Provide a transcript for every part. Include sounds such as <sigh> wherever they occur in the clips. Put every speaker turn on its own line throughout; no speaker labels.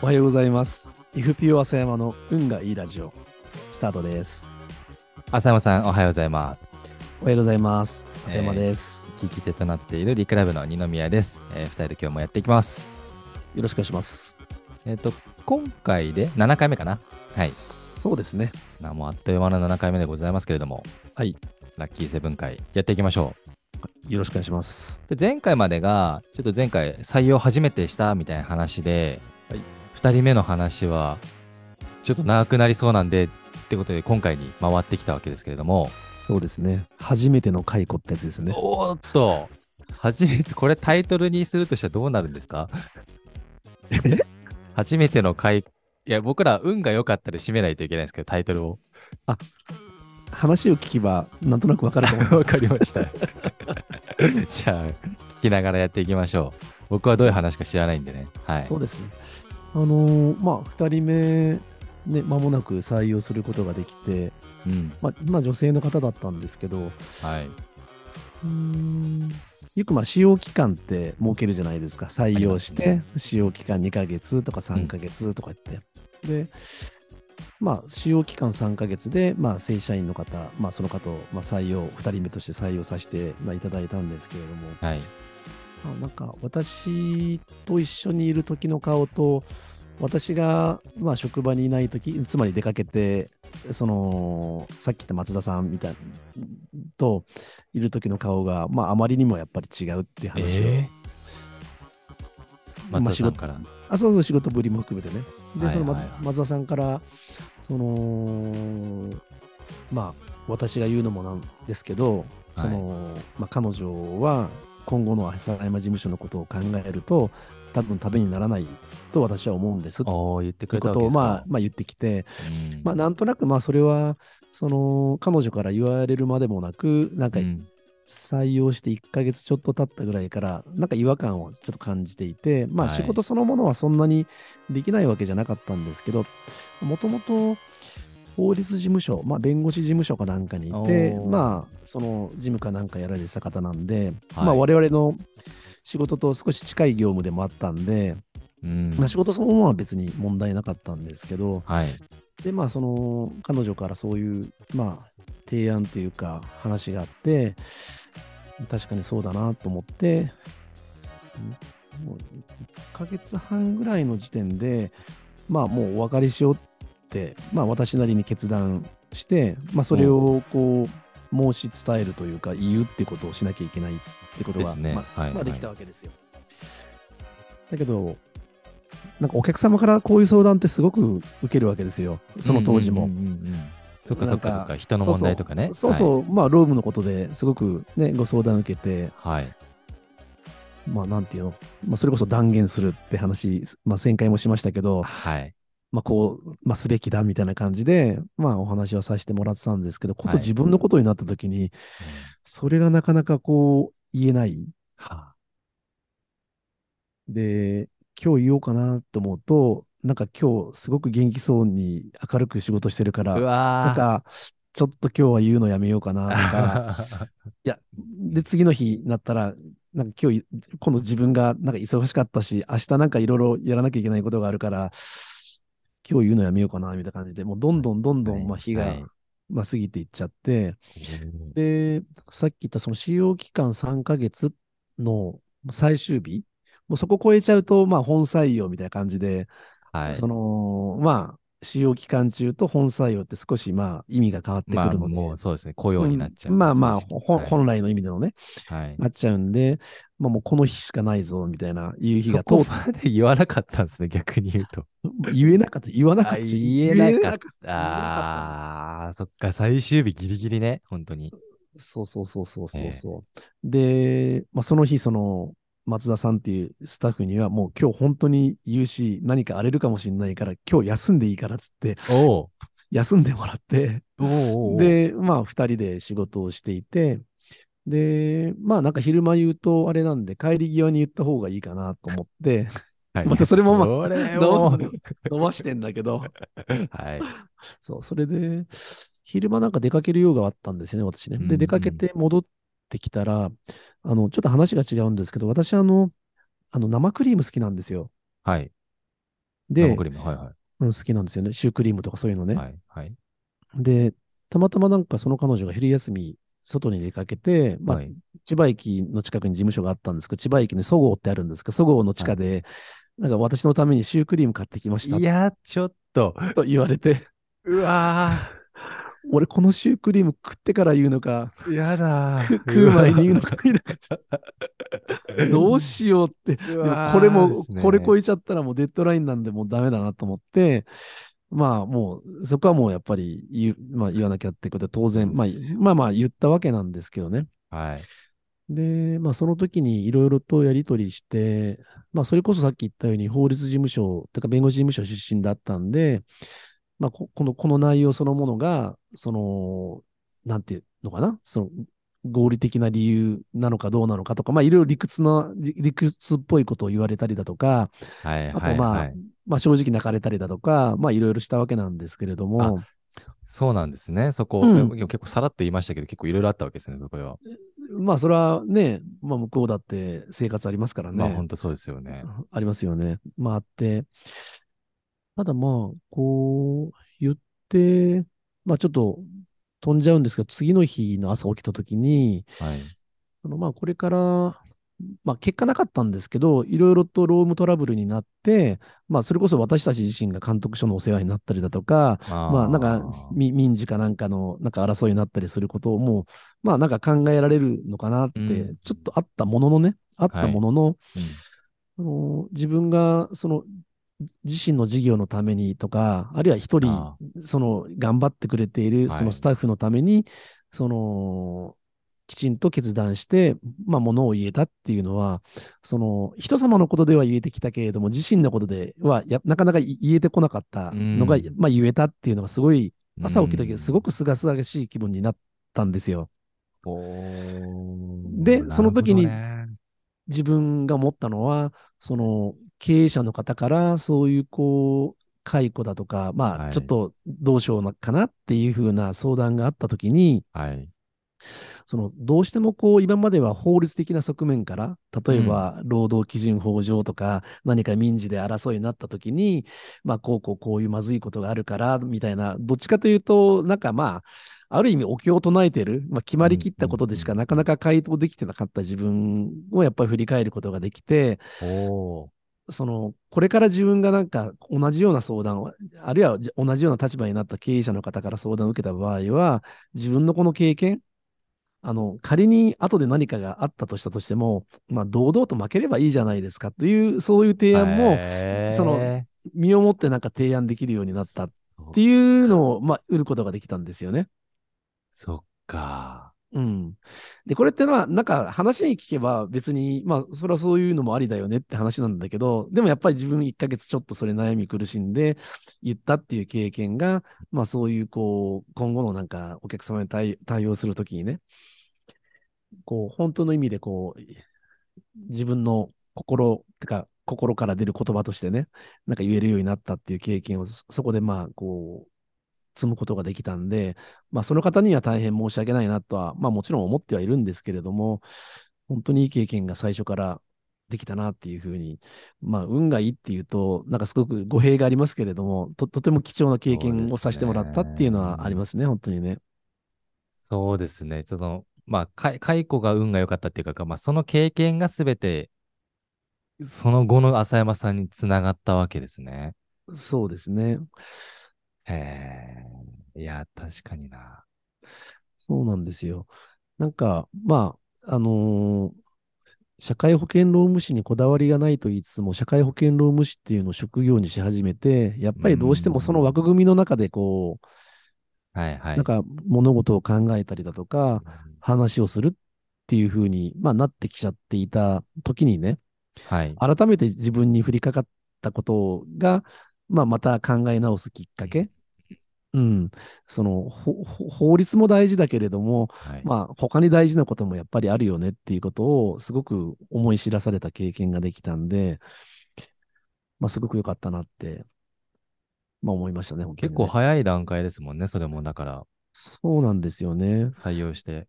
おはようございます。FPO 浅山の運がいいラジオ、スタートです。
浅山さん、おはようございます。
おはようございます。浅山
えー
です。
聞き手となっているリクラブの二宮です。えー、二人で今日もやっていきます。
よろしくお願いします。
えっ、と、今回で7回目かなはい。
そうですね。
なもうあっという間の7回目でございますけれども、
はい。
ラッキーセブン回やっていきましょ
よろしくお願いします。
う。で、前回までが、ちょっと前回採用初めてしたみたいな話で、
はい
2人目の話は、ちょっと長くなりそうなんで、ってことで今回に回ってきたわけですけれども、
そうですね。初めての解雇ってやつですね。
おーっと、初めて、これタイトルにするとしたらどうなるんですか
え
初めての回、いや、僕ら運が良かったで締めないといけないんですけど、タイトルを。
話を聞けば、なんとな <laughs> <laughs> くわかると思います。
わかりました。 <laughs> じゃあ、聞きながらやっていきましょう。僕はどういう話か知らないんでね。はい。
そうですね。あのーまあ、2人目、ね、間もなく採用することができて、
うん。
まあ、まあ、女性の方だったんですけど、う
はい。
ーんよくまあ使用期間って設けるじゃないですか。採用し
あり
て、使用期間2ヶ月とか3ヶ月とか言って。で、まあ、使用期間3ヶ月で、まあ、正社員の方、まあ、その方を、まあ、採用、2人目として採用させて、まあ、いただいたんですけれども、
はい。
まあ、なんか私と一緒にいる時の顔と私がまあ職場にいない時つまり出かけてそのさっき言った松田さんみたいといる時の顔が、まあ、あまりにもやっぱり違うっていう話を、
えー、
まあ
松田
仕
さん
事
から。
あそうそう仕事ぶりも含めてねでその松,、
はいはいはい
松田さんからそのまあ私が言うのもなんですけどその、まあ、彼女は今後の浅山事務所のことを考えると多分ためにならないと私は思うんですと
おー、言ってく
いう
れた
こと
わけ
を、
ですか。
まあまあ、言ってきて、
うん、
まあ、なんとなくまあそれはその彼女から言われるまでもなくなんか
うん
採用して1ヶ月ちょっと経ったぐらいから、なんか違和感をちょっと感じていて、まあ
はい
仕事そのものはそんなにできないわけじゃなかったんですけど、もともと法律事務所、まあ弁護士事務所かなんかにいて、
おー
まあその事務かなんかやられてた方なんで、
はい
まあ我々の仕事と少し近い業務でもあったんで、
うん
まあ仕事そのものは別に問題なかったんですけど、
はい。
でまあその彼女からそういうまあ提案というか話があって確かにそうだなと思ってんもう1ヶ月半ぐらいの時点でまあもうお別れしようってまあ私なりに決断してまあそれをこう申し伝えるというか言うってことをしなきゃいけないってこと
で
が
すね。
まあ
はい、
まあできた
はい
わけですよ。だけど、なんかお客様からこういう相談ってすごく受けるわけですよ、その当時も。
うんうんうんうんそっかそっかそ
な
っ
んか
か、人の問題とかね。
そうそう、まあ、ロームのことですごくね、ご相談受けて、
はい。はい。
まあ、なんていうの、まあ、それこそ断言するって話、まあ、旋回もしましたけど、
はい。
まあ、こう、まあ、すべきだみたいな感じで、まあ、お話はさせてもらってたんですけど、こと
はい
自分のことになったときに、それがなかなかこう、言えない。
は
で、今日言おうかなと思うと、なんか今日すごく元気そうに明るく仕事してるか
あう
ら、なん
わ
かちょっと今日は言うのやめようかなと
<laughs>
か、
ー
いや、で、次の日になったら、なんか今日、今度自分がなんか忙しかったし、明日なんかいろいろやらなきゃいけないことがあるから、今日言うのやめようかなみたいな感じで、もうどんどんどんど
はい
んまあ日が、
はい
まあ過ぎていっちゃって、で、さっき言ったその使用期間3ヶ月の最終日、もうそこ超えちゃうと、まあ本採用みたいな感じで、
はい。
その、まあ、使用期間中と本採用って少しまあ意味が変わってく
まあ
るので、
もうそうですね、雇用になっちゃう。
うんまあまあ、
そうです
ほ
はい
本来の意味でのね、
はい。
なっちゃうんで、まあもうこの日しかないぞ、みたいな、いう日
そ
が通っ
こまで言わなかったんですね、逆に言うと。
言えなかった、言わなかっ
あ
た。
言えなかっ
言えな
た。あーそっか、最終日ギリギリね、本当に。
そうそうそうそうそ
え
う
え
そう。で、まあ、その日、その、松田さんっていうスタッフには、もう今日本当に言うし、何か荒れるかもしれないから、今日休んでいいからっつって、
おう
休んでもらって、
おうおうおう、
で、まあ、二人で仕事をしていて、で、まあ、なんか昼間言うと、あれなんで、帰り際に言った方がいいかなと思
<laughs>
って、
はい
またそれもまあ
それ
ど
も
う伸ばしてんだけど、
はい。
そう、それで、昼間なんか出かける用があったんですよね、私ね。
うんう
で、
ん
出かけて戻ってきたら、あの、ちょっと話が違うんですけど、私、あの、あの生クリーム好きなんですよ。
はい。
で、
生クリーム。はいは
うん、好きなんですよね。シュークリームとかそういうの
い。
ね。
はいはい。
で、たまたまなんかその彼女が昼休み、外に出かけて、まあ、
はい
千葉駅の近くに事務所があったんですけど、千葉駅にそごうってあるんですけど、そごうの地下で、なんか私のためにシュークリーム買ってきました
いや、ちょっと。
と言われて、
うわ
俺このシュークリーム食ってから言うのか、
ー、やだ
く食う前に言うのか、言いながら <laughs> どうしようって。
で
でもこれも、これ超えちゃったらもうデッドラインなんでもうダメだなと思って、まあもう、そこはもうやっぱり言う、まあ、言わなきゃってことで当然、まあ
そうです、よ
まあまあ言ったわけなんですけどね。
はい。
で、まあその時にいろいろとやり取りして、まあそれこそさっき言ったように法律事務所、とか弁護士事務所出身だったんで、まあここの、この内容そのものが、その、なんていうのかな、その合理的な理由なのかどうなのかとか、まあいろいろ理屈な、理理屈っぽいことを言われたりだとか、
はい
あ
は
と
い
まあ、
はい。
まあ正直泣かれたりだとか、まあいろいろしたわけなんですけれども、
そうなんですね。そこ、
うん
結構さらっと言いましたけど、結構いろいろあったわけですね、これは。
まあそれはね、まあ向こうだって生活ありますからね。
まあ本当そうですよね。
ありますよね。まああって、ただまあ、こう言って、まあちょっと飛んじゃうんですけど、次の日の朝起きた時に、
はい。
あのまあこれから、まあ結果なかったんですけど、いろいろと労務トラブルになって、まあそれこそ私たち自身が監督署のお世話になったりだとか、ま
ま
あなんかみ民事かなんかのなんか争いになったりすることをもう、まあなんか考えられるのかなって、
うん
ちょっとあったもののね、あったものの、
うん
あの自分がその自身の事業のためにとか、あるいは一人
あ、
その頑張ってくれている
はい
そのスタッフのために、そのきちんと決断して、まあ、ものを言えたっていうのは、その人様のことでは言えてきたけれども、自身のことではやなかなか言えてこなかったのが、
うん
まあ、言えたっていうのが、すごい、朝起きた
う
時、
ん
すごくすがすがしい気分になったんですよ。
おー
でその時に
なる
自分が思ったのは、その経営者の方からそういうこう、解雇だとか、ま
は
あ、
い
ちょっとどうしようかなっていうふうな相談があったときに、
ほどねはい。
そのどうしてもこう、今までは法律的な側面から、例えば労働基準法上とか、何か民事で争いになったときに、まあ、こうこうこういうまずいことがあるから、みたいな、どっちかというと、なんかまあ、ある意味お経を唱えてる、まあ、決まりきったことでしか
うんうんう
なんかなか回答できてなかった自分をやっぱり振り返ることができて、
おー
その、これから自分がなんか同じような相談を、あるいはじ同じような立場になった経営者の方から相談を受けた場合は、自分のこの経験、あの、仮に後で何かがあったとしたとしても、まあ、堂々と負ければいいじゃないですかという、そういう提案も、
へー
その身をもってなんか提案できるようになったっていうのを、まあ、得ることができたんですよね。
そっか。
うん。で、これってのは、なんか話に聞けば別に、まあ、それはそういうのもありだよねって話なんだけど、でもやっぱり自分1ヶ月ちょっとそれ悩み苦しんで言ったっていう経験が、まあそういうこう、今後のなんかお客様に対対応するときにね、こう、本当の意味でこう、自分の心、てか、心から出る言葉としてね、なんか言えるようになったっていう経験をそそこでまあ、こう、積むことができたんで、まあ、その方には大変申し訳ないなとは、まあ、もちろん思ってはいるんですけれども、本当にいい経験が最初からできたなっていうふうに、まあ、運がいいっていうと、なんかすごく語弊がありますけれども、ととても貴重な経
そう
験
です
を
ね
させてもらったっていうのはありますね、本当にね。
そうですね。その、まあ、か解雇が運が良かったっていうか、まあ、その経験がすべて、その後の浅山さんにつながったわけですね。
そうですね。
へえ。いや、確かにな。
そうなんですよ。なんか、まあ、あのー社会保険労務士にこだわりがないと言いつつも、社会保険労務士っていうのを職業にし始めて、やっぱりどうしてもその枠組みの中でこう、
はいはい。
なんか物事を考えたりだとか、話をするっていう風に、まあ、なってきちゃっていた時にね、
はい。
改めて自分に降りかかったことが、まあ、また考え直すきっかけ。うん。その、ほほ法律も大事だけれども、
はい。
まあ、他に大事なこともやっぱりあるよねっていうことを、すごく思い知らされた経験ができたんで、まあ、すごく良かったなって、まあ、思いましたね、本当に
結
ね
構早い段階ですもんね。それも、だから、
そうなんですよね。
採用して。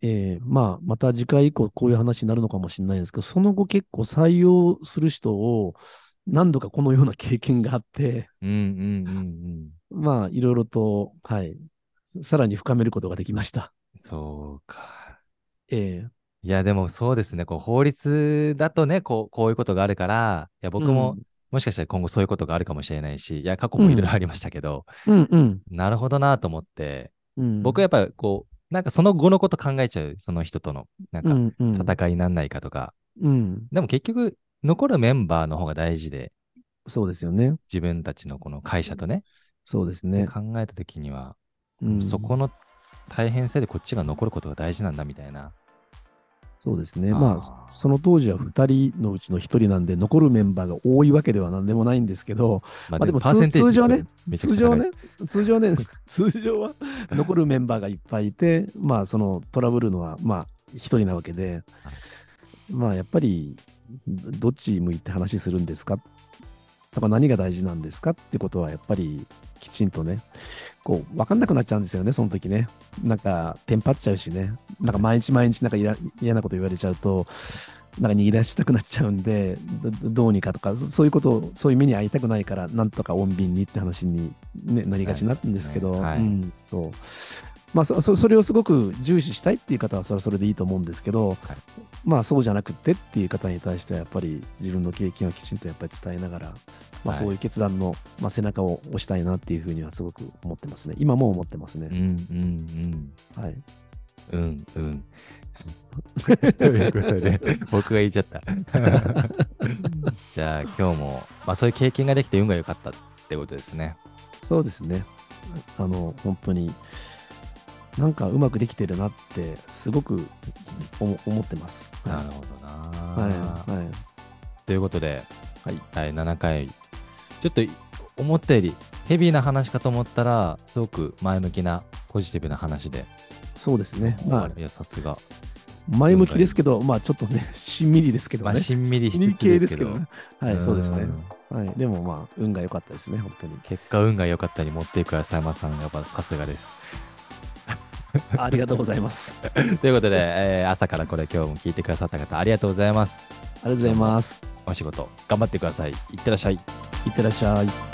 ええまあ、また次回以降こういう話になるのかもしれないんですけど、その後結構採用する人を、何度かこのような経験があって、 <laughs>
うんうんうんうん。
まあ、いろいろと、はい、さらに深めることができました。
そうか。
ええ
いや、でもそうですね。こう法律だとね、こう、こういうことがあるから、いや、僕も、もしかしたら今後そういうことがあるかもしれないし、いや、過去もいろいろありましたけど、
うん、うん、
なるほどなと思って、
うん。
僕はやっぱこう、なんかその後のこと考えちゃう、その人との、なん
う
か
ん、うん、
戦いになんないかとか。
うん、
でも結局、残るメンバーの方が大事で、
そうですよね。
自分たちのこの会社とね、
そうですね。
考えた時には、
うん、
そこの大変さでこっちが残ることが大事なんだみたいな。
そうですね。
あー
まあ、そその当時は2人のうちの1人なんで、残るメンバーが多いわけでは何でもないんですけど、
ま
まあでも通通常ね、
めちゃく
通
ちゃ
常
高いで
ね
す、
通常ね、 <laughs> 通常は残るメンバーがいっぱいいて、まあ、そのトラブルのは、まあ、1人なわけで、まあ、やっぱり、どっち向いて話するんですかとか何が大事なんですかってことはやっぱりきちんとねこう分かんなくなっちゃうんですよねその時ねなんかテンパっちゃうしねなんか毎日毎日なんかいら嫌なこと言われちゃうとなんか逃げ出したくなっちゃうんでどどうにかとかそそういうことをそういう目に遭いたくないからなんとか穏便にって話に、ね、なりがちになるんですけど、
はい
うんとまあそそそれをすごく重視したいっていう方はそれはそれでいいと思うんですけど、まあそうじゃなくってっていう方に対してはやっぱり自分の経験をきちんとやっぱり伝えながら、まあ
はい
そういう決断の、まあ背中を押したいなっていうふうにはすごく思ってますね。今も思ってます
う
ね。
ん
はい。
うんうん。うんうん。ということで、 <laughs> 僕が言っちゃ
<laughs>
った。じゃあ今日も、まあそういう経験ができて運が良かったってことですね。
そうですね。あの、本当になんかうまくできてるなってすごく思思ってます。
な
は
るほどな。
い。はい。はい
ということで、
はい
第7回、ちょっと思ったよりヘビーな話かと思ったら、すごく前向きな、ポジティブな話で、
そうですね。まあ
いや、さすが、
前向きですけど、まあちょっとね、 <laughs> しんみりですけど
まあ、
ね。
しんみり
し
し
んみり
つつ
系
で
ですす
け
け
ど
ど、ね。はい、そうですね
う。ん
はい。でもまあ運が良かったですね、本当に。
結果、運が良かったに持っていく浅山さんがやっぱさすがです。
ありがとうございます。あ
ということで、えー朝からこれ今日も聞いてくださった方、ありがとうございます。
りがとうございます。
お仕事、頑張ってください。いってらっしゃい。
いってらっしゃい。